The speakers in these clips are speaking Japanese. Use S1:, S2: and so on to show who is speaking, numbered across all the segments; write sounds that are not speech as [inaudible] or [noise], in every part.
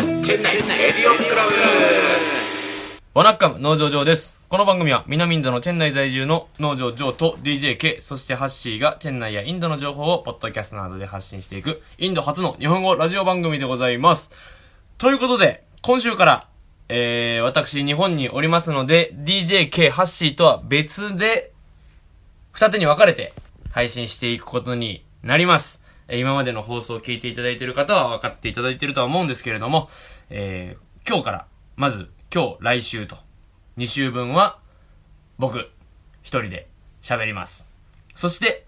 S1: エディオンクラブ
S2: ワナッカム農場上です。この番組は南インドのチェン内在住の農場上と DJK、そしてハッシーがチェン内やインドの情報をポッドキャストなどで発信していくインド初の日本語ラジオ番組でございます。ということで、今週から、えー、私日本におりますので DJK、ハッシーとは別で二手に分かれて配信していくことになります。えー今までの放送を聞いていただいている方は分かっていただいているとは思うんですけれども、えー今日から、まず今日来週と、2週分は僕、一人で喋ります。そして、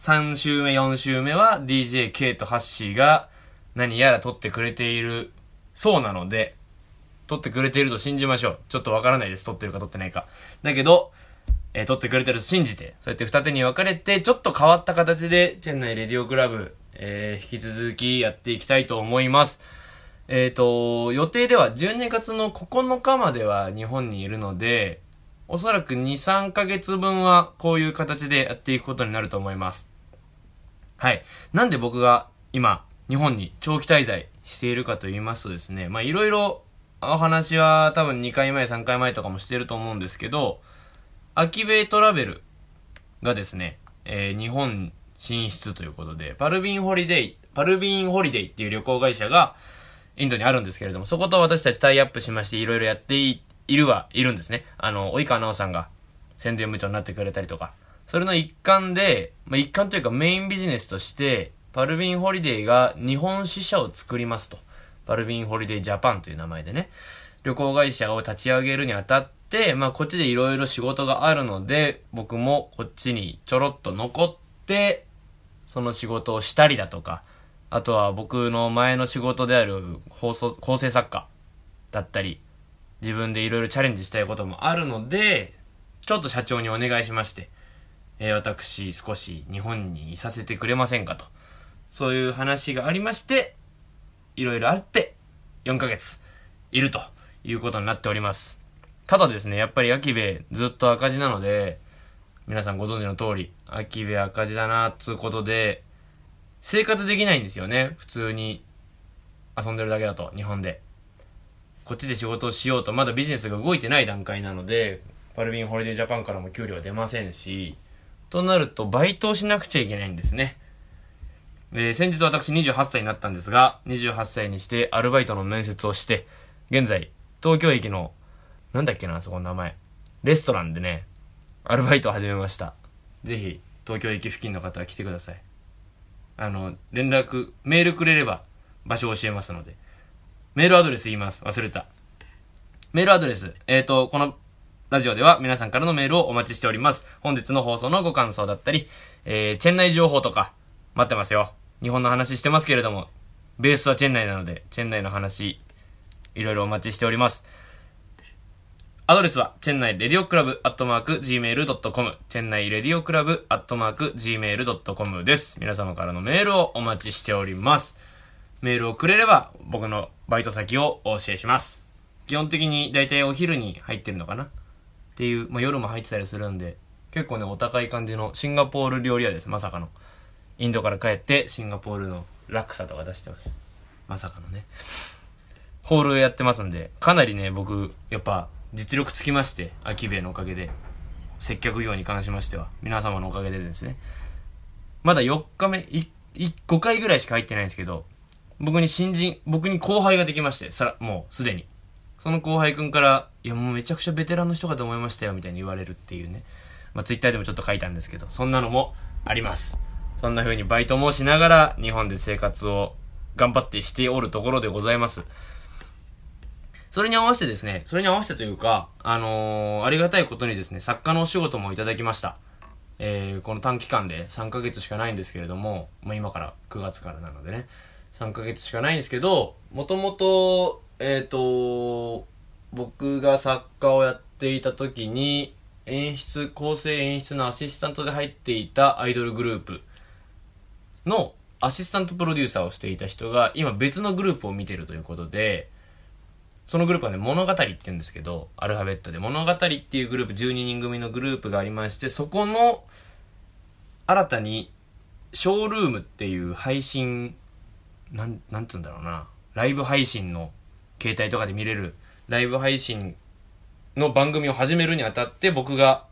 S2: 3週目、4週目は DJK とハッシーが何やら撮ってくれているそうなので、撮ってくれていると信じましょう。ちょっとわからないです。撮ってるか撮ってないか。だけど、えー撮ってくれてると信じて、そうやって二手に分かれて、ちょっと変わった形で、チェン内レディオクラブ、えー引き続きやっていきたいと思います。えっ、と、予定では12月の9日までは日本にいるので、おそらく2、3ヶ月分はこういう形でやっていくことになると思います。はい。なんで僕が今、日本に長期滞在しているかと言いますとですね、まあいろいろお話は多分2回前、3回前とかもしてると思うんですけど、アキベイトラベルがですね、えー日本進出ということで、パルビンホリデイ、パルビンホリデイっていう旅行会社がインドにあるんですけれども、そこと私たちタイアップしまして、いろいろやっていいるは、いるんですね。あの、及川奈緒さんが宣伝部長になってくれたりとか、それの一環で、まあ、一環というかメインビジネスとして、パルビンホリデイが日本支社を作りますと。パルビンホリデイジャパンという名前でね。旅行会社を立ち上げるにあたって、まあ、こっちでいろいろ仕事があるので、僕もこっちにちょろっと残って、その仕事をしたりだとか、あとは僕の前の仕事である放送、構成作家だったり、自分でいろいろチャレンジしたいこともあるので、ちょっと社長にお願いしまして、えー私少し日本にいさせてくれませんかと。そういう話がありまして、いろいろあって、4ヶ月、いるということになっております。ただですね、やっぱり秋部ずっと赤字なので、皆さんご存知の通り、秋部赤字だな、つうことで、生活できないんですよね。普通に遊んでるだけだと、日本で。こっちで仕事をしようと、まだビジネスが動いてない段階なので、パルビンホリデージャパンからも給料は出ませんし、となると、バイトをしなくちゃいけないんですね。えー先日私28歳になったんですが、28歳にしてアルバイトの面接をして、現在、東京駅の、なんだっけな、あそこの名前。レストランでね、アルバイトを始めました。ぜひ、東京駅付近の方は来てください。あの、連絡、メールくれれば場所を教えますので。メールアドレス言います。忘れた。メールアドレス。えっ、と、このラジオでは皆さんからのメールをお待ちしております。本日の放送のご感想だったり、えー、チェン内情報とか待ってますよ。日本の話してますけれども、ベースはチェン内なので、チェン内の話、いろいろお待ちしております。アドレスは、チェンナイレディオクラブアットマーク Gmail.com、チェンナイレディオクラブアットマーク Gmail.com です。皆様からのメールをお待ちしております。メールをくれれば、僕のバイト先をお教えします。基本的に、だいたいお昼に入ってるのかなっていう、まあ、夜も入ってたりするんで、結構ね、お高い感じのシンガポール料理屋です、まさかの。インドから帰って、シンガポールの落差とか出してます。まさかのね。ホールやってますんで、かなりね、僕、やっぱ、実力つきまして、秋兵衛のおかげで、接客業に関しましては、皆様のおかげでですね、まだ4日目、いい5回ぐらいしか入ってないんですけど、僕に新人、僕に後輩ができまして、さら、もうすでに。その後輩くんから、いやもうめちゃくちゃベテランの人かと思いましたよ、みたいに言われるっていうね。まあ、ツイッターでもちょっと書いたんですけど、そんなのもあります。そんな風にバイトもしながら、日本で生活を頑張ってしておるところでございます。それに合わせてですね、それに合わせてというか、あのーありがたいことにですね、作家のお仕事もいただきました。えーこの短期間で3ヶ月しかないんですけれども、まあ、今から9月からなのでね、3ヶ月しかないんですけど、もともと、えっ、と、僕が作家をやっていた時に、演出、構成演出のアシスタントで入っていたアイドルグループのアシスタントプロデューサーをしていた人が、今別のグループを見てるということで、そのグループはね、物語って言うんですけど、アルファベットで物語っていうグループ、12人組のグループがありまして、そこの、新たに、ショールームっていう配信、なん、なんつうんだろうな、ライブ配信の携帯とかで見れるライブ配信の番組を始めるにあたって僕が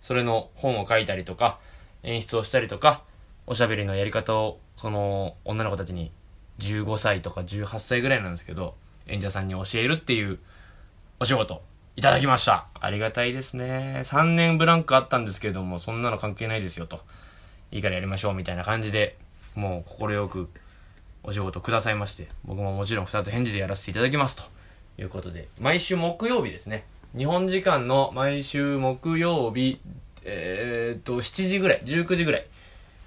S2: それの本を書いたりとか演出をしたりとかおしゃべりのやり方をその女の子たちに15歳とか18歳ぐらいなんですけど演者さんに教えるっていうお仕事いただきましたありがたいですね3年ブランクあったんですけれどもそんなの関係ないですよといいからやりましょうみたいな感じでもう快くお仕事くださいまして僕ももちろん2つ返事でやらせていただきますということで毎週木曜日ですね日本時間の毎週木曜日えー、っと7時ぐらい19時ぐらい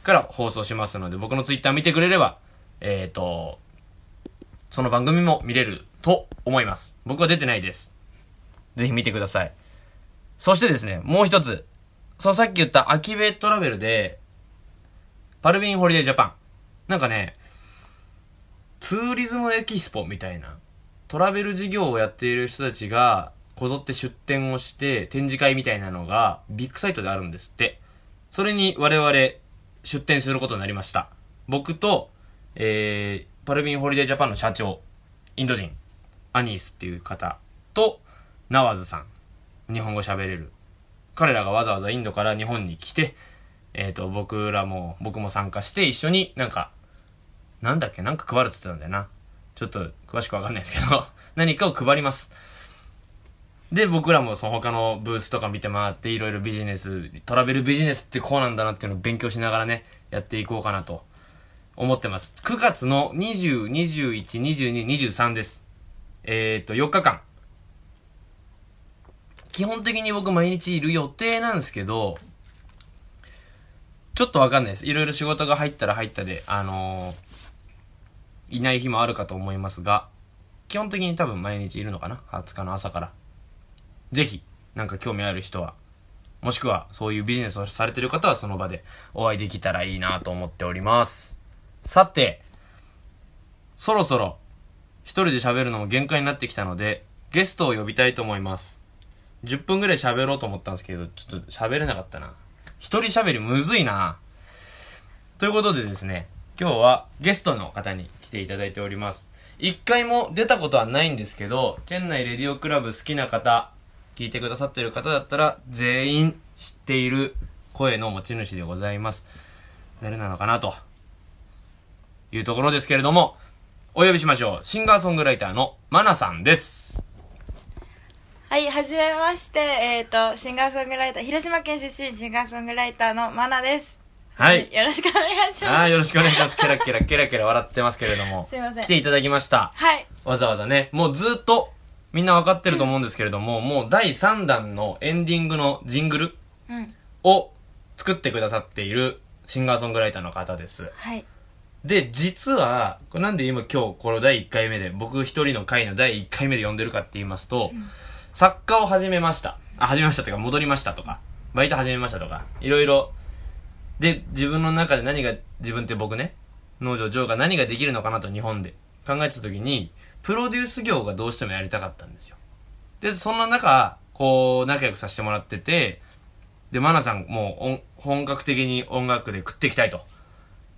S2: から放送しますので僕のツイッター見てくれればえー、っとその番組も見れると思います僕は出てないですぜひ見てくださいそしてですねもう一つそのさっき言ったアキベトラベルでパルビンホリデージャパンなんかねツーリズムエキスポみたいな、トラベル事業をやっている人たちが、こぞって出展をして、展示会みたいなのが、ビッグサイトであるんですって。それに我々、出展することになりました。僕と、えー、パルビンホリデージャパンの社長、インド人、アニースっていう方と、ナワズさん、日本語喋れる。彼らがわざわざインドから日本に来て、えっ、ー、と、僕らも、僕も参加して一緒になんかなんだっけなんか配るって言ってたんだよな。ちょっと詳しくわかんないですけど [laughs] 何かを配ります。で、僕らもその他のブースとか見て回って、いろいろビジネス、トラベルビジネスってこうなんだなっていうのを勉強しながらね、やっていこうかなと思ってます。9月の20、21、22、23です。えっ、ー、と、4日間。基本的に僕毎日いる予定なんですけど、ちょっとわかんないです。いろいろ仕事が入ったら入ったで、あのーいない日もあるかと思いますが、基本的に多分毎日いるのかな ?20 日の朝から。ぜひ、なんか興味ある人は、もしくはそういうビジネスをされてる方はその場でお会いできたらいいなと思っております。さて、そろそろ、一人で喋るのも限界になってきたので、ゲストを呼びたいと思います。10分ぐらい喋ろうと思ったんですけど、ちょっと喋れなかったな。一人喋りむずいなということでですね、今日はゲストの方に来ていただいております。一回も出たことはないんですけど、チェン内レディオクラブ好きな方、聞いてくださってる方だったら、全員知っている声の持ち主でございます。誰なのかなと、いうところですけれども、お呼びしましょう。シンガーソングライターのマナさんです。
S1: はい、はじめまして。えっ、ー、と、シンガーソングライター、広島県出身、シンガーソングライターのマナです。
S2: はい。
S1: よろしくお願いします。
S2: ああ、よろしくお願いします。ケラケラ、ケラケラ笑ってますけれども。
S1: すいません。
S2: 来ていただきました。
S1: はい。
S2: わざわざね、もうずっと、みんなわかってると思うんですけれども、うん、もう第3弾のエンディングのジングルを作ってくださっているシンガーソングライターの方です。
S1: はい。
S2: で、実は、これなんで今今日この第1回目で、僕一人の回の第1回目で呼んでるかって言いますと、うん、作家を始めました。あ、始めましたとか、戻りましたとか、バイト始めましたとか、いろいろで、自分の中で何が、自分って僕ね、農場、ジョーが何ができるのかなと日本で考えてた時に、プロデュース業がどうしてもやりたかったんですよ。で、そんな中、こう、仲良くさせてもらってて、で、マナさんも本格的に音楽で食っていきたいと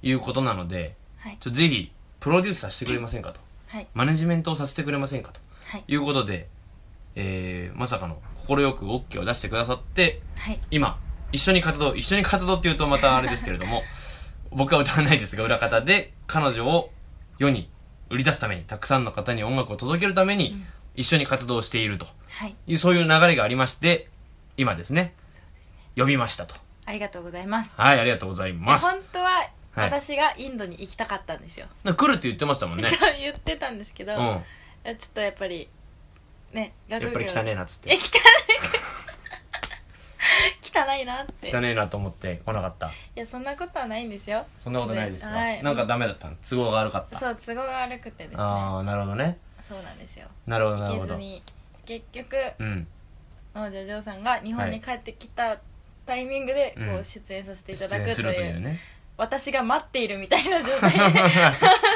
S2: いうことなので、
S1: はい、
S2: ちょぜひ、プロデュースさせてくれませんかと。
S1: はい、
S2: マネジメントをさせてくれませんかと。
S1: はい、
S2: いうことで、えー、まさかの、快く OK を出してくださって、
S1: はい、
S2: 今、一緒に活動、一緒に活動って言うとまたあれですけれども、 [laughs] 僕は歌わないですが、裏方で彼女を世に売り出すために、たくさんの方に音楽を届けるために、一緒に活動していると、
S1: はい
S2: そういう流れがありまして、今ですね、
S1: そうですね
S2: 呼びましたと。
S1: ありがとうございます。
S2: はい、ありがとうございます。
S1: 本当は、私がインドに行きたかったんですよ。
S2: はい、来るって言ってました
S1: [laughs]
S2: もんね。
S1: 言ってたんですけど、
S2: うん、
S1: ちょっとやっぱり、ね、
S2: 学やっぱり汚ねえなっつって。
S1: え、汚ね汚い [laughs] なって
S2: 汚いなと思って来なかったい
S1: やそんなことはないんですよ
S2: そんなことないですよ、
S1: はい、
S2: なんかダメだった都合が悪かった
S1: そう都合が悪くてですね
S2: ああなるほどね
S1: そうなんですよ
S2: なるほどなるほ
S1: ど結局、
S2: うん、
S1: 農場嬢さんが日本に帰ってきたタイミングでこう出演させていただくという,、 [laughs]
S2: ね
S1: 私が待っているみたいな状態で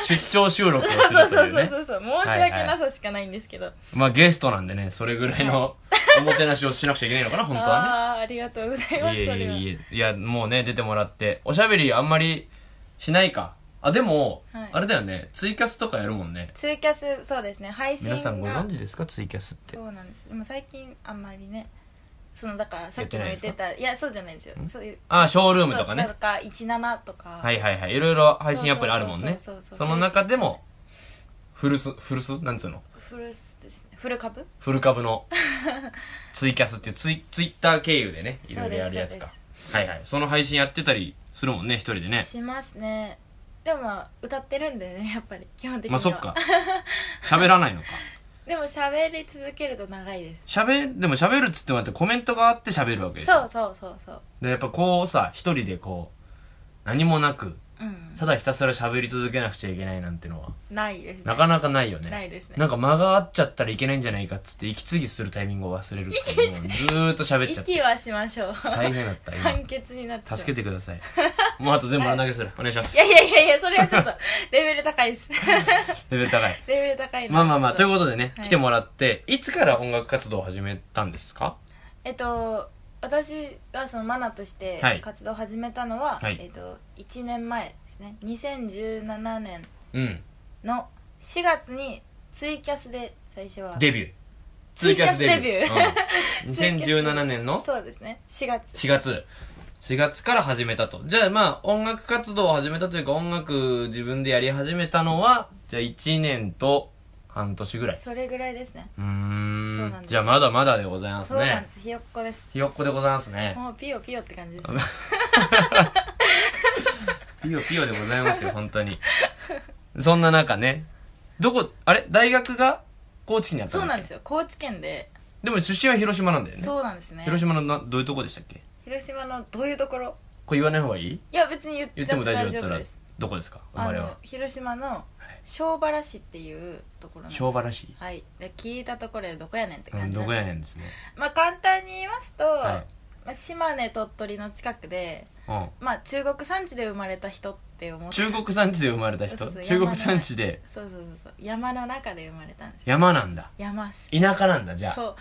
S2: 出張収録をする、
S1: というね、そうそうそうそう申し訳なさしかないんですけど、はい
S2: はい、まあゲストなんでねそれぐらいのおもてなしをしなくちゃいけないのかな本当はね
S1: [laughs] ああありがとうございます
S2: いやいやいやもうね出てもらっておしゃべりあんまりしないかあ、でも、
S1: はい
S2: あれだよね、ツイキャスとかやるもんね。
S1: ツイキャスそうですね配信が
S2: 皆さんご存知ですかツイキャスって。
S1: そうなんですでも最近あんまりねそのだからさっき
S2: や
S1: の
S2: ってな
S1: 言っ
S2: いですか
S1: てたいやそうじゃないんですよ
S2: ん
S1: そういう
S2: あ、ショールームとか
S1: そう
S2: ね
S1: と。か17とか
S2: はいいはいはい。いろいろ配信アプリあるもんね。
S1: そうそうそうそう
S2: その中でも、フルス、フルスなんつうの
S1: フルスですねフル株
S2: フル株
S1: [laughs]
S2: のツイキャスっていうツイツイッター経由でね、いろいろやるやつ
S1: そう
S2: か
S1: です。
S2: はいはい。その配信やってたりするもんね、一人でね。
S1: しますねでもまあ歌ってるんでねや [laughs] っぱり基本的に
S2: ま
S1: は
S2: あそっか。喋らないのか。
S1: でも喋り続けると長いです
S2: 喋、でも喋るっつってもだってコメントがあって喋るわけでし
S1: そ
S2: ょ
S1: うそうそうそう
S2: でやっぱこうさ一人でこう何もなく
S1: うん
S2: ただひたすら喋り続けなくちゃいけないなんてのは
S1: ないです
S2: なかなかないよね
S1: ないですね
S2: なんか間が合っちゃったらいけないんじゃないかっつって息継ぎするタイミングを忘れるっていうもうずーっと喋っちゃっ
S1: 息
S2: て
S1: はしましょう
S2: 大変だった
S1: 酸
S2: 今
S1: 欠になってしまう
S2: 助けてくださいもうあと全部丸投げするお願いしま
S1: い
S2: す
S1: やいやいやいやそれはちょっとレベル高い
S2: [laughs]
S1: です
S2: レベル高い
S1: レベル高いな
S2: まあまあまあと
S1: ち
S2: い
S1: ょっ
S2: うことでね、
S1: はい
S2: 来てもらっていつから音楽活動を始めたんですか
S1: えっと私がそのマナとして
S2: はい
S1: 活動を始めたのは、
S2: はい
S1: えっと、1年前ですね2017年
S2: うん
S1: の4月にツイキャスで最初は
S2: デビュー
S1: ツイキャスデビュー
S2: うん
S1: ツイキャス
S2: 2017
S1: [laughs]
S2: 年の
S1: そうですね4月
S2: 4月4月から始めたとじゃあまあ音楽活動を始めたというか音楽自分でやり始めたのはじゃあ1年と半年ぐらいう
S1: それぐらいですね
S2: ーん
S1: そうなんです
S2: じゃあまだまだでございます
S1: そうなん
S2: ね
S1: ですひよっこです
S2: ひよっこでございますね
S1: もうピヨピヨって感じです
S2: ピヨピヨでございますよ本当に [laughs] そんな中ねどこあれ大学が高知県にあった
S1: そうなんです
S2: よ
S1: よ高知県で、
S2: でも出身は広島なんだよね
S1: そうなんですね
S2: 広島のなどういうとこでしたっけ
S1: 広島のどういうところ
S2: これ言わない方がいい
S1: いや別に言っ
S2: 言っ
S1: ち
S2: て
S1: ゃっ
S2: も
S1: て
S2: 大
S1: 大
S2: 丈
S1: 丈
S2: 夫だった
S1: 夫
S2: ら
S1: です
S2: どこですか生
S1: あ
S2: まれ
S1: の
S2: は
S1: 広島の庄原市っていうところなんです
S2: 庄原市
S1: はいで聞いたところでどこやねんって
S2: う
S1: 感
S2: ん
S1: じ、
S2: どこやねんですね
S1: まあ簡単に言いますと、
S2: は
S1: まあ、島根鳥取の近くで
S2: うん
S1: まあ中国山地で生まれた人って思って
S2: 中国山地で生まれた人
S1: そうそう
S2: 中国山地で
S1: そうそうそうそう山の中で生まれたんですよ
S2: 山なんだ
S1: 山っす
S2: 田舎なんだじゃ
S1: そう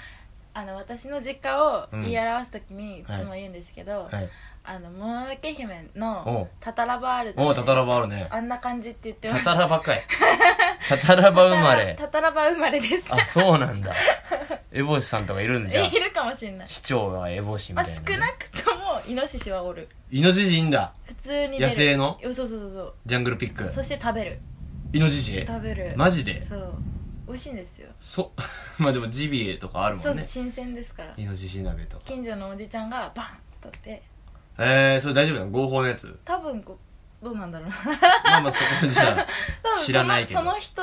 S1: あの私の実家を
S2: うん
S1: 言い表す時にい
S2: はい
S1: つも言うんですけど、
S2: あはい
S1: あのもののけ姫
S2: おう
S1: のタタラバあるじゃ
S2: お
S1: な
S2: お
S1: いです
S2: たた
S1: から
S2: ばあるね
S1: あんな感じって言ってま
S2: た
S1: す
S2: たらばかいたたらば生まれ
S1: タタラバ生まれです
S2: あそうなんだエボシさんとかいるんじゃ
S1: いるかもしれない
S2: 市長がエボシみ
S1: まあ
S2: たいな
S1: 少
S2: ね
S1: なくともイノシシはおる
S2: イノシシいいんだ
S1: 普通に出る
S2: 野生の
S1: いやそうそうそうそう
S2: ジャングルピック
S1: そして食べる
S2: イノシシ
S1: 食べる
S2: マジで
S1: そう美味しいんですよ、
S2: そ [laughs] まあでもジビエとかあるも
S1: そ
S2: ん
S1: う
S2: ね
S1: 新鮮ですから
S2: イノシシ鍋とか
S1: 近所のおじちゃんがバンと取って
S2: えー、それ大丈夫なの合法のやつ
S1: 多分こうどうなんだろうな
S2: まあまあそこじ
S1: 多
S2: ゃ
S1: 分その
S2: [laughs] 知らないけど
S1: その人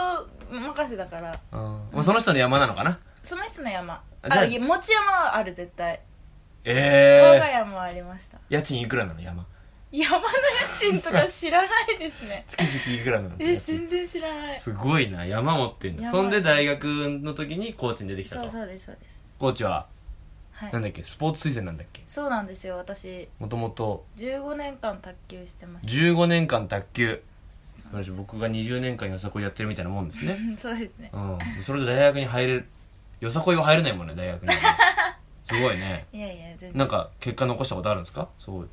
S1: 任せだから [laughs]
S2: あ、うんまあ、その人の山なのかな
S1: その人の山
S2: あじゃあ
S1: あいや持ち山はある絶対我が
S2: え
S1: 家もありました
S2: えー、家賃いくらなの山
S1: 山の家賃とか知らないですね
S2: 月 [laughs] 々いくらなの
S1: え全然知らない
S2: すごいな山持ってんだ
S1: 山
S2: そんで大学の時に高知に出てきた
S1: そ
S2: と
S1: うそうですそうです
S2: 高知は
S1: はい
S2: なんだっけスポーツ推薦なんだっけ
S1: そうなんですよ私
S2: もともと
S1: 15年間卓球してまし
S2: 15年間卓球
S1: た
S2: 私僕が20年間よさこいやってるみたいなもんですね
S1: うんそうですね
S2: うんそれで大学に入れるよさこいは入れないもんね大
S1: [laughs]
S2: 学にすごいね
S1: いやいや全然
S2: なんか結果残したことあるんですかそう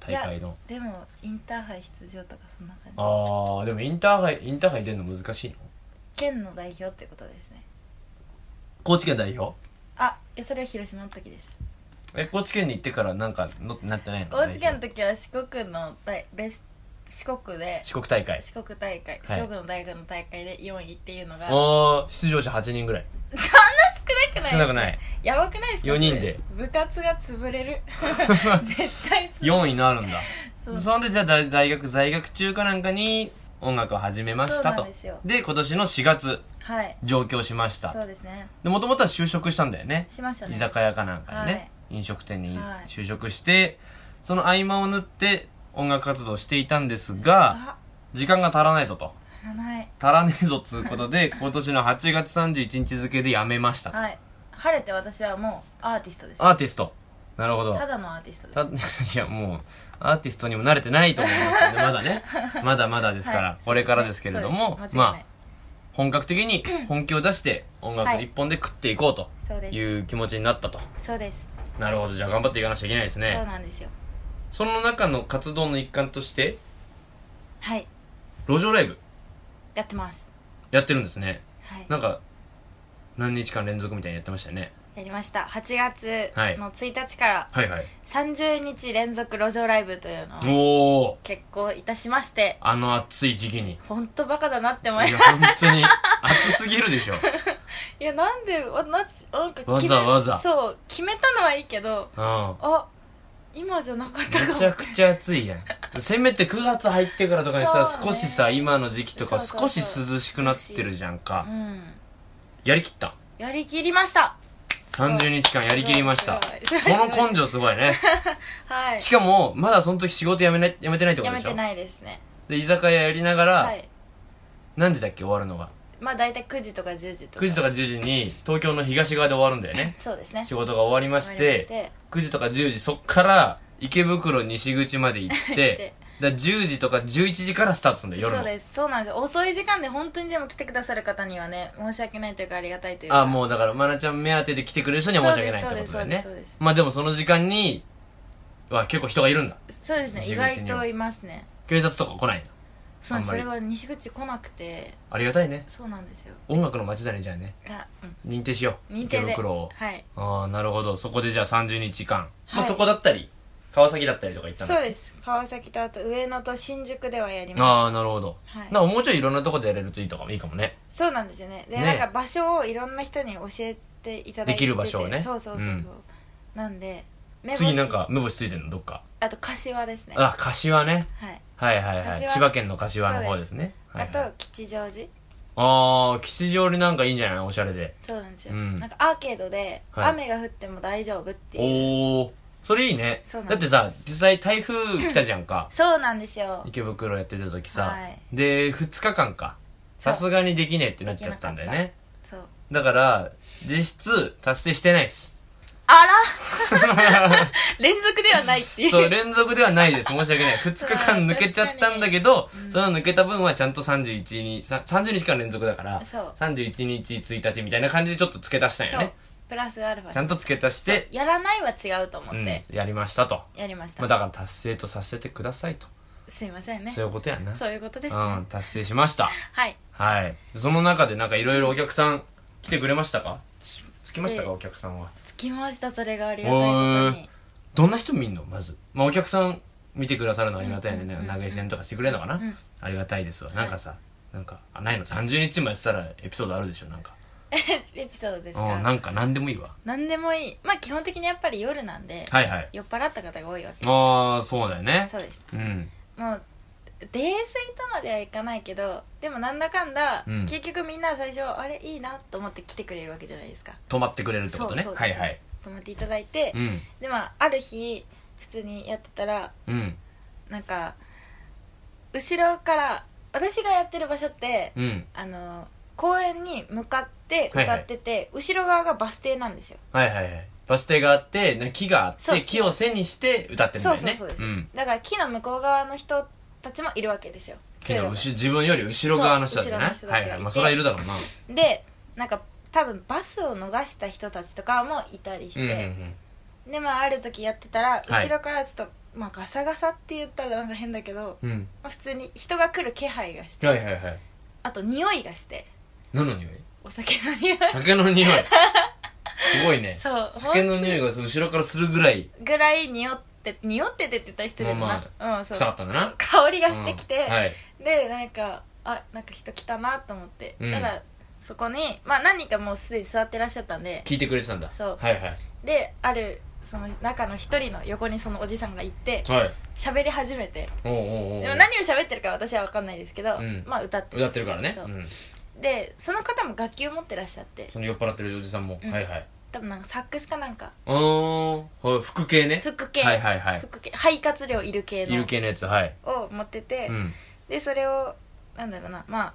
S2: 大会の
S1: でもインターハイ出場とかそんな感じ
S2: ああでもインターハイインターハイ出るの難しいの
S1: 県の代表ってことですね
S2: 高知県代表
S1: あいやそれは広島の時です
S2: え高知県に行ってからなんかのなってないの
S1: 高知県の
S2: 代表
S1: 時は四国の大ベス四国で
S2: 四国大会
S1: 四国大会、
S2: はい
S1: 四国の大学の大会で4位っていうのが
S2: あー出場者8人ぐらい
S1: 少なくないです
S2: 少なくない
S1: やばくないですか
S2: 4人で
S1: それ部活が潰れ
S2: [laughs]
S1: る絶対潰れる
S2: 4位になるんだ
S1: そ
S2: そうそんでじゃあ大大学在学中かなんかに音楽を始めまし
S1: そ
S2: た
S1: う
S2: と
S1: なんですよ
S2: 今年の4月
S1: はい
S2: 上京しまし
S1: そ
S2: た
S1: うですね
S2: でもともとは就職したんだよね
S1: しましたね
S2: 居酒屋かなんかにね、
S1: はい
S2: 飲食店に
S1: はい
S2: 就職してその合間を縫って音楽活動をしていたんですが
S1: あ
S2: 時間が足らないぞと
S1: 足らない
S2: 足らねえぞっつうこ
S1: [laughs]
S2: とで今年の8月31日付で辞めましたと
S1: はい晴れて私はもうアーティストです
S2: アーティストなるほど
S1: ただのアーティストです
S2: た [laughs] いやもうアーティストにも慣れてないと思いますけどねまだねまだまだですから、
S1: はい
S2: これからですけれども、
S1: そうです間違いな
S2: ま
S1: い
S2: あ本格的に本気を出して音楽一本で食っていこう
S1: そう
S2: と
S1: です
S2: いう気持ちになったと、
S1: そうです、
S2: なるほどじゃあ頑張っていかなきゃいけないです
S1: そう
S2: ね
S1: なんですよ
S2: その中の活動の一環として
S1: はい
S2: 路上ライブ
S1: やってます
S2: やってるんですね
S1: はい
S2: なんか何日間連続みたいにやってましたよね
S1: やりました8月
S2: はい
S1: の1日から
S2: はいはい
S1: 30日連続路上ライブというのを
S2: おお
S1: 結婚いたしまして
S2: あの暑い時期に
S1: 本当バカだなって
S2: い
S1: 思い
S2: や本
S1: [laughs]
S2: 当に暑すぎるでしょ
S1: いやなんでわななんか決め
S2: わざわざ
S1: そう決めたのはいいけど
S2: う
S1: あ今じゃなかった
S2: ん
S1: か
S2: めちゃくちゃ暑いやんせめて9月入ってからとかにさ、
S1: そうね
S2: 少しさ今の時期とか
S1: そうそ
S2: 少
S1: う
S2: し
S1: そう
S2: 涼しくなってるじゃんか
S1: うん
S2: やりきった
S1: やりきりました
S2: 30日間やりきりました
S1: すごいすご
S2: こ
S1: い
S2: の根性すごいね
S1: はい
S2: しかもまだその時仕事辞めない辞めてないってこ
S1: や
S2: と
S1: め
S2: でしょ
S1: てないですね
S2: で居酒屋やりながら、
S1: はい
S2: 何時だっけ終わるのが
S1: まあ大体9時とか10時とか
S2: 9時とか10時に東京の東側で終わるんだよね
S1: そうですね
S2: 仕事が終わりまし
S1: 終わり
S2: て9時とか10時そっから池袋西口まで
S1: [laughs]
S2: 行って
S1: て
S2: だから10時とか11時からスタートするんだよ
S1: そう
S2: 夜
S1: ですそうなんです遅い時間で本当にでも来てくださる方にはね申し訳ないというかありがたいという
S2: の
S1: か
S2: あもうだから愛菜ちゃん目当てで来てくれる人には申し訳ないってことだよね
S1: そうですそうですそうです
S2: まあでもその時間には結構人がいるんだ
S1: そうですね意
S2: 西口には
S1: 外といますね
S2: 警察とか来ないの
S1: そうそ
S2: あん
S1: れ
S2: ま
S1: が西口来なくて
S2: ありがたいね
S1: そうなんですよ
S2: 音楽の街だねじゃあね
S1: あ、うん
S2: 認定しよう
S1: 認定で
S2: 池袋を
S1: はい
S2: ああなるほどそこでじゃあ30日間、ま
S1: は
S2: あ、
S1: い
S2: そこだったり川崎だったりとか行ったの
S1: そうです川崎とあと上野と新宿ではやりま
S2: ああなるほど、
S1: はい
S2: なんかもうちょいいろんなとこでやれるといいとかもいいかもね
S1: すそうなんですよねで
S2: ね
S1: なんか場所をいろんな人に教えていただいてて
S2: できる場所をね
S1: そうそうそうそう
S2: う
S1: なんで目星
S2: 次なんか目星ついてるのどっか
S1: あと柏ですね
S2: あ柏ね
S1: はい
S2: はいはいはい
S1: 柏
S2: 千葉県の柏の方ですねは
S1: あ
S2: いはい、
S1: と吉祥寺
S2: ああ吉祥寺なんかいいんじゃないおしゃれで
S1: そうなんですよ
S2: うん
S1: なんかアーケードで
S2: はい
S1: 雨が降っても大丈夫っていう
S2: おおそれいいね
S1: そうなん
S2: だっ
S1: で
S2: てさ実際台風来たじゃんか
S1: そうなんですよ
S2: 池袋やってた時さ、
S1: はい
S2: で2日間か
S1: そう
S2: さすがにできねえってなっちゃったんだよ
S1: できな
S2: ね
S1: そう
S2: だから実質達成してない
S1: [laughs]
S2: っす
S1: あら連続ではないっていう
S2: そう、連続ではないです。申し訳ない。2日間抜けちゃったんだけど、その抜けた分はちゃんと31日、さ30日間連続だから、
S1: そう
S2: 31日、1日みたいな感じでちょっと付け足したんよ
S1: そう
S2: ね。
S1: プラスアルファ
S2: ちゃんと付け足して、
S1: やらないは違うと思
S2: う
S1: っ
S2: ん
S1: て、
S2: やりましたと。
S1: やりました、
S2: まあ、だから達成とさせてくださいと。
S1: すいませんね
S2: そういうことやな。
S1: そういうことですね、
S2: うん、達成しました。
S1: はい
S2: はい。その中でなんかいろいろお客さん来てくれましたかつきましたか、
S1: で
S2: お客さんは。
S1: つきましたそれがありがたいことに
S2: どんな人見んのまず。まあ、お客さん見てくださるのはありがたいよね。投げ銭とかしてくれるのかな、
S1: ん
S2: ありがたいですわ。なんかさ、なんか、あないの ?30 日もやってたらエピソードあるでしょなんか。
S1: [laughs] エピソードです
S2: うん、
S1: か
S2: なんか何でもいいわ。
S1: 何でもいいまあ基本的にやっぱり夜なんで、
S2: はいはい。
S1: 酔っ払った方が多いわけ
S2: ああ、そうだよね。
S1: そうです
S2: うん。
S1: もう泥酔とまではいかないけどでもなんだかんだ、
S2: うん
S1: 結局みんな最初あれいいなと思って来てくれるわけじゃないですか
S2: 止まってくれるってことね。
S1: そうそう
S2: は
S1: で
S2: い
S1: す
S2: はい。
S1: 泊まっていただいて、
S2: うん。
S1: でまあある日普通にやってたら
S2: うん。
S1: なんか後ろから私がやってる場所って、
S2: うん。
S1: あの公園に向かって歌ってて、後ろ側がバス停なんですよ
S2: はいはいはい。バス停があって、ね木があっ
S1: そ
S2: て、
S1: う
S2: 木を背にして歌ってるん
S1: そ
S2: だよ
S1: う
S2: ね。
S1: そうそうです、
S2: ん。
S1: だから木の向こう側の人たちもいるわけですよ
S2: 木の後
S1: 通
S2: ろ自分より後ろ側の人だよね。
S1: そう後ろの人たちが
S2: は
S1: いて
S2: いはい。まあ、それはいるだろうな。
S1: 路がでなんか多分バスを逃した人たちとかもいたりして、
S2: うんうんうん。
S1: でまあある時やってたら
S2: はい
S1: 後ろからちょっと、まあガサガサって言ったらなんか変だけど、
S2: うん。
S1: まあ、普通に人が来る気配がして、
S2: はいはいはい。
S1: あと匂いがして
S2: 何の匂い
S1: お酒の匂い
S2: 酒の匂い。すごいね。
S1: [laughs] そう
S2: 酒の匂いが後ろからするぐらい
S1: ぐらい匂って匂っててって言ったら失礼だな、
S2: まあ
S1: うん、そう
S2: 臭かったんだな。
S1: 香りがしてきて、
S2: うんはい。
S1: でなんかあなんか人来たなと思って、
S2: うん
S1: たらそこにまあ何人かもうすでに座ってらっしゃったんで
S2: 聞いてくれてたんだ。
S1: そう
S2: はいはい。
S1: であるその中の一人の横にそのおじさんが行って
S2: はい。
S1: 喋り始めて
S2: おうおうおう
S1: でも何を喋ってるか私は分かんないですけど、
S2: うん
S1: まあ歌って
S2: 歌ってるからね。
S1: そう
S2: うん。
S1: でその方も楽器を持ってらっしゃって
S2: その酔っ払ってるおじさんも。
S1: うん
S2: はいはい。
S1: 多分なんかサックスかなんか
S2: あー、はい服系ね。
S1: 服系、
S2: はいはいはい。
S1: 服系肺活量いる系の
S2: 有形のやつ、はい。
S1: を持ってて、
S2: うん。
S1: でそれをなんだろうなまあ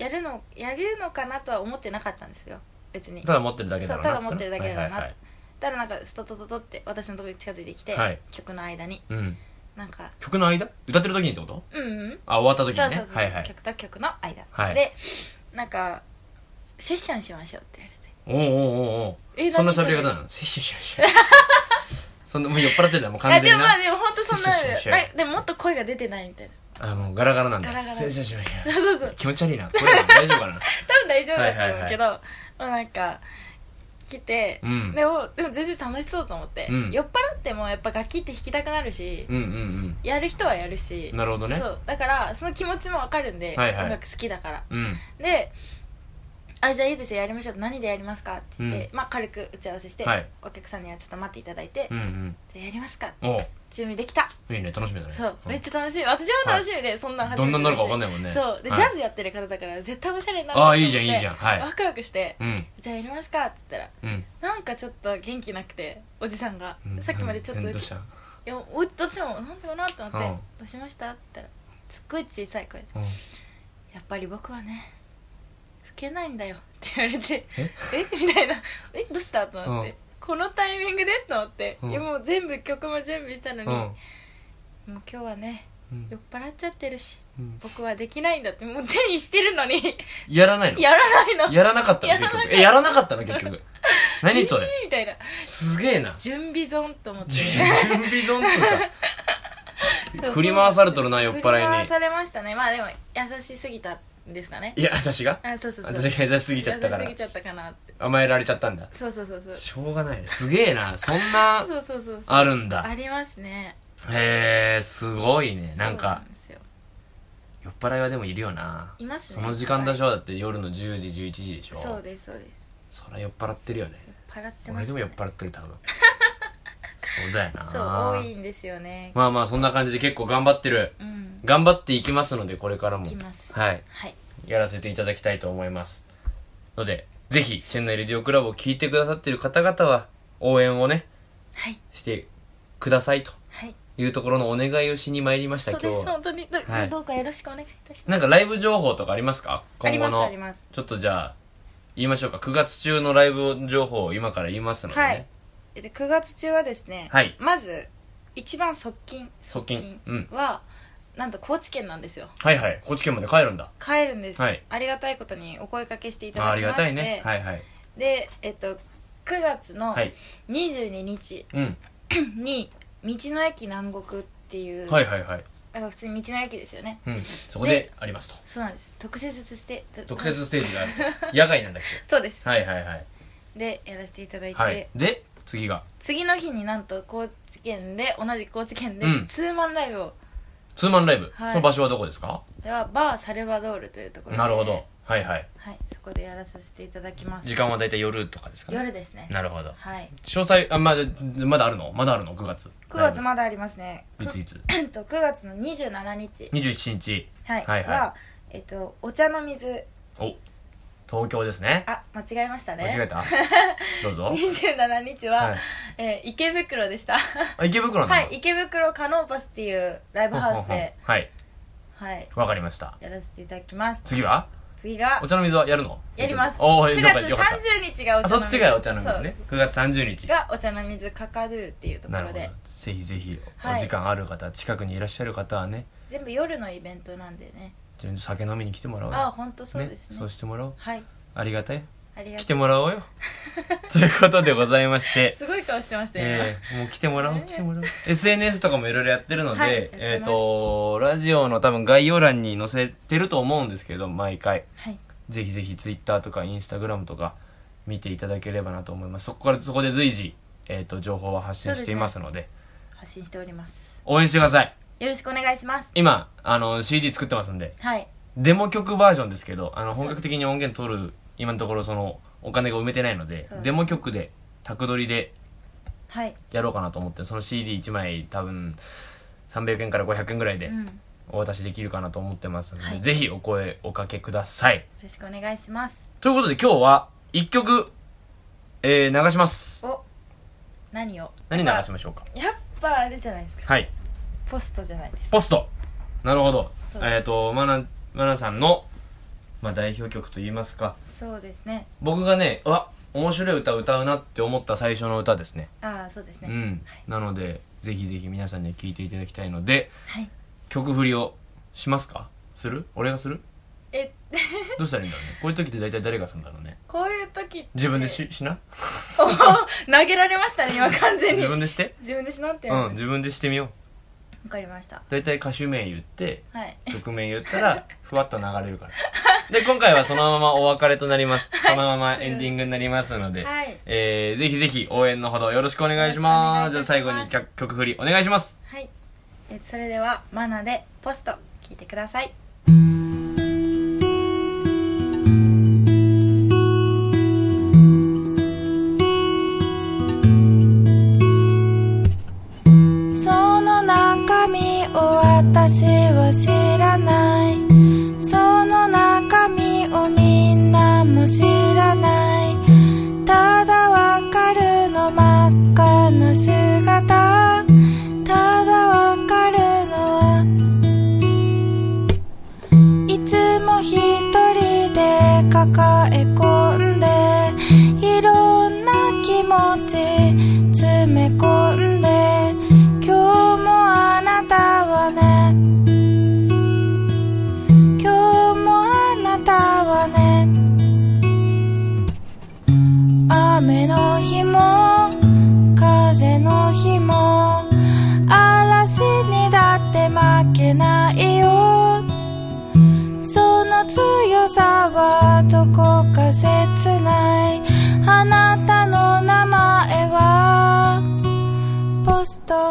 S1: やるのやるのかなとは思ってなかったんですよ別に
S2: ただ持ってるだけだろうな。
S1: そうただ持ってるだけだろうな
S2: はいはい
S1: ただなんかストトトトって私のところに近づいてきて、
S2: はい
S1: 曲の間に
S2: はいうん。
S1: なんか
S2: 曲の間歌ってる時にってこと
S1: うんうん
S2: あ、終わった時
S1: そう
S2: に
S1: そう
S2: ね。
S1: そう、
S2: はいはい。
S1: 曲と曲の間、
S2: はい
S1: でなんかセッションしましょうって言われて
S2: おうおうおうおう
S1: え
S2: そんな
S1: 何そ
S2: 喋
S1: れ
S2: り方なのせっしゃしゃ
S1: [laughs]
S2: しゃ。そんな、もう酔っ払ってんだよ、もう完
S1: あ
S2: 全に
S1: で
S2: な。
S1: もまあでも本当そんな
S2: セッションしよう
S1: なでももっと声が出てないみたいな
S2: あもうガラガラなんだ
S1: ガラガラ
S2: 失礼しまし
S1: [laughs]
S2: た
S1: そうそう
S2: 気持ち悪いなこれ大丈夫か
S1: [laughs]
S2: な
S1: 多分大丈夫だと思うけど、もうなんか来て、
S2: うん
S1: でもでも全然楽しそうと思って、
S2: うん
S1: 酔っ払ってもやっぱ楽器って弾きたくなるし、
S2: うんうん
S1: やる人はやるし
S2: うんなるほどね
S1: そうだからその気持ちもわかるんで、
S2: はいはい
S1: 音楽好きだから
S2: うん
S1: であじゃあいいですよやりましょう何でやりますかって言って、まあ、軽く打ち合わせして、
S2: はい
S1: お客さんにはちょっと待っていただいて、
S2: うんうん
S1: じゃあやりますか
S2: お
S1: 準備できた
S2: ういいね楽しみだね
S1: そう、
S2: ん
S1: めっちゃ楽しみ私も楽しみで、そんな初めて
S2: どんなになるかわかんないもんね
S1: そうで、
S2: はい
S1: ジャズやってる方だから絶対おしゃれになる
S2: あ
S1: な
S2: あ
S1: と
S2: い
S1: 思
S2: い
S1: って
S2: じゃんいいじゃんはい
S1: ワクワクして、
S2: うん
S1: じゃあやりますかって言ったら
S2: うん
S1: なんかちょっと元気なくておじさんが、
S2: うん
S1: さっきまでちょっと、
S2: うん
S1: い
S2: どうした
S1: やお私もなんだろうなと思って、
S2: うん
S1: どうしましたって言ったらすっごい小さい声で
S2: うん
S1: やっぱり僕はね老けないんだよって言われて
S2: え
S1: えみたいな「えどうした?」と思って、
S2: うん
S1: このタイミングでと思って、
S2: うん
S1: いやもう全部曲も準備したのに、
S2: う
S1: も
S2: ん
S1: う今日はね
S2: うん
S1: 酔っ払っちゃってるし
S2: うん
S1: 僕はできないんだってもう手にしてるの
S2: [laughs]
S1: に
S2: やらないの
S1: やらないの
S2: やらなかったの
S1: やらなか
S2: 結
S1: った
S2: 局えやらなかったの結局何それ
S1: えーみたいな
S2: すげえな
S1: 準備損と思って
S2: 準
S1: [laughs]
S2: 備損と
S1: そう
S2: [laughs] か振り回されとるな酔っ
S1: 振り
S2: 払い
S1: 回
S2: に
S1: されましたねまあでも優しすぎたんですかね
S2: いや私が
S1: あそうそうそう
S2: 私が優しすぎちゃったか
S1: 優
S2: ら
S1: しすぎちゃったかなって
S2: 甘えられちゃったんだ
S1: そうそうそうそう
S2: しょうがないねすげえなそんな
S1: そうそうそうそう
S2: あるん
S1: あ
S2: だ
S1: りますね
S2: へえすごいねなん
S1: そう
S2: か
S1: んですよ
S2: 酔っ払いはでもいるよない
S1: ますね
S2: その時間でしょだって夜の10時11時でしょ
S1: そうですそうです
S2: そりゃ酔っ払ってるよね
S1: 払ってます、
S2: 俺
S1: ね、
S2: でも酔っ払って
S1: [laughs]
S2: る多分そうだよな
S1: そう多いんですよね
S2: まあまあそんな感じで結構頑張ってる
S1: うん
S2: 頑張っていきますのでこれからも
S1: いきます
S2: はい
S1: はい
S2: やらせていただきたいと思いますのでぜひチェンナイレディオクラブを聞いてくださってる方々は応援をね
S1: はい
S2: してくださいと
S1: はい
S2: いうところのお願いをしに参りました
S1: そう
S2: 今日
S1: です
S2: は
S1: 本当にど,、
S2: はい
S1: どうかよろしくお願いいたします
S2: なんかライブ情報とかありますか
S1: あ
S2: 今
S1: り
S2: 後
S1: ます
S2: の
S1: あります
S2: ちょっとじゃあ言いましょうか9月中のライブ情報を今から言いますのでね、
S1: はいで9月中はですね、
S2: はい
S1: まず一番側近
S2: 側近うん
S1: は、なんと高知県なんですよ
S2: はいはい高知県まで帰るんだ
S1: 帰るんです、
S2: はい
S1: ありがたいことにお声かけしていた
S2: ああ
S1: だ
S2: り
S1: きま
S2: が
S1: して
S2: たいねはいはい
S1: でえっと9月の
S2: はい
S1: 22日 [clears throat]
S2: うん
S1: に道の駅南国っていう、
S2: はいはいはい
S1: だから普通に道の駅ですよね
S2: うんそこでありますと
S1: そうなんです特設ステ
S2: 特設ステージがある野外なんだっけ
S1: そうです、
S2: はいはいはい
S1: でやらせていただいて、
S2: はいで次が
S1: 次の日になんと高知県で同じ高知県で
S2: うん
S1: ツーマンライブを、
S2: ツーマンライブ、
S1: はい
S2: その場所はどこですか
S1: ではバーサルバドールというところで
S2: なるほどはいはい
S1: はいそこでやらさせていただきます
S2: 時間は大体夜とかですかね
S1: 夜ですね
S2: なるほど
S1: はい
S2: 詳細あまだまだあるのまだあるの9月
S1: 9月まだありますね
S2: いついつ
S1: えっと9月の27日
S2: 21日
S1: はい
S2: はいはい
S1: はえっとお茶の水
S2: お東京ですね
S1: あ間違えましたね
S2: 間違
S1: [laughs]
S2: えたどうぞ
S1: 27日は、
S2: はい
S1: えー池袋でした
S2: あ池袋なの
S1: はい池袋カノーパスっていうライブハウスで
S2: ほんほんほんはい
S1: はい
S2: わかりました
S1: やらせていただきます
S2: 次は
S1: 次が
S2: お茶の水はやるの
S1: やります
S2: おお
S1: 9
S2: よか
S1: 月
S2: ったよかった
S1: 30日がお
S2: あ
S1: 茶
S2: そ
S1: の水
S2: っちがお茶の水ね9月
S1: そ
S2: 30
S1: う
S2: 日
S1: がお茶の水カカドゥっていうとこ
S2: なる
S1: ろ
S2: ほど
S1: で
S2: ぜひぜひ
S1: はい
S2: お時間ある方、近くにいらっしゃる方はね
S1: 全部夜のイベントなんでね
S2: ちょっと酒飲みに来てもらおうよ
S1: ああ本当そうですね
S2: そうしてもらおう
S1: はい
S2: ありがたい
S1: ありが
S2: 来
S1: と
S2: て
S1: う
S2: もらお
S1: [laughs]
S2: うよということでございまして
S1: すごい顔してましたよ、
S2: えー、もう来てもらおう
S1: ね
S2: 来てもらおう SNS とかもいろいろやってるので、
S1: はいやってます
S2: えっ、とラジオの多分概要欄に載せてると思うんですけど毎回
S1: はい
S2: ぜひぜひ Twitter とか Instagram とか見ていただければなと思いますそこからそこで随時、えー、と情報は発信していますので
S1: 発信しております
S2: 応援してください
S1: よろしくお願いします
S2: 今あの CD 作ってますんで
S1: はい
S2: デモ曲バージョンですけどあの本格的に音源取る今のところそのお金が埋めてないので
S1: そう
S2: デモ曲で宅撮りで
S1: はい
S2: やろうかなと思ってその CD1 枚多分300円から500円ぐらいで
S1: うんよ
S2: お渡しできるかなと思ってますので、
S1: はい
S2: ぜひお声おかけください
S1: ろしくお願いします
S2: ということで今日は1曲、えー、流します
S1: お何を
S2: 何流
S1: やっ
S2: しましょうか
S1: ぱやっぱあれじゃないですか
S2: はい
S1: ポストじゃないです
S2: ポストなるほど
S1: そうです
S2: えっ、とマナマナさんの、まあ、代表曲といいますか
S1: そうですね
S2: 僕がねうわ面白い歌歌うなって思った最初の歌ですね
S1: ああそうですね、
S2: うんなのでぜひぜひ皆さんには聴いていただきたいので
S1: はい
S2: 曲振りをしますかする俺がする
S1: え [laughs]
S2: どうしたらいいんだろうねこういう時って大体誰がするんだろうね
S1: こういう時って
S2: 自分でししな
S1: お投げられましたね今完全に
S2: 自分でして
S1: 自分でしなって
S2: う
S1: や
S2: ん
S1: る
S2: 自分でしてみよう
S1: わかりました
S2: 大体歌手名言って
S1: はい
S2: 曲名言ったらふわっと流れるからで今回はそのままお別れとなり
S1: [laughs]
S2: ますそのままエンディングになりますので、
S1: はい
S2: えー、ぜひぜひ応援のほどよろしくお願いします
S1: よろしく
S2: じゃあ最
S1: お願いいたします
S2: 後に曲曲振りお願いします
S1: はい、えーそれではマナでポスト聞いてくださいその中身を私は知らないその中身をみんなも知らないただわかるの真っ赤な姿ただわかるのはいつも一人で抱え込んでいろんな気持ち詰め込んで今日もあなたはね今日もあなたはね雨の日も風の日も嵐にだって負けないよその強さはどこか切ないあなたの名前はポスト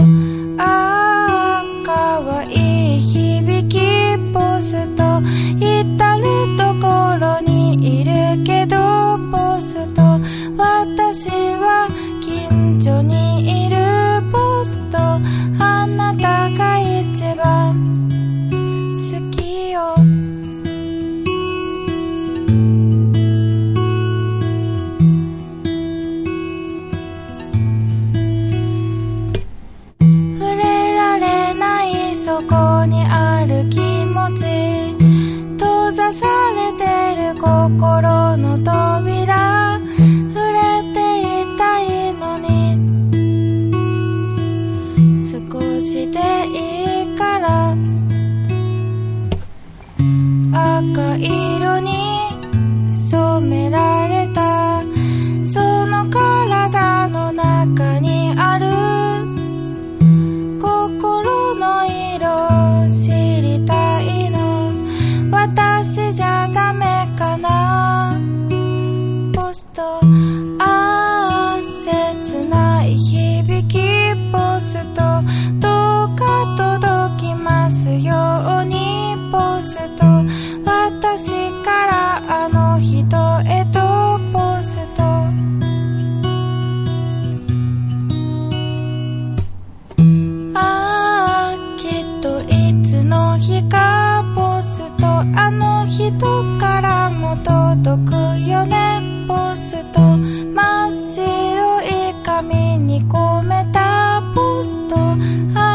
S1: ああかわいい響きポスト至る所にいるけどポスト私は近所にいるポストあなたが一番好きよ触れられないそこにある気持ち閉ざされてる心の扉触れていたいのに少しでいいから赤色に染められたその体の中にある心の色知りたいの私じゃダメかなポストああ切ない響きポストどうか届きますようにポスト私からあの人へとポストああきっといつの日かポストあの人からも届くよねポスト真っ白い紙に込めたポストあ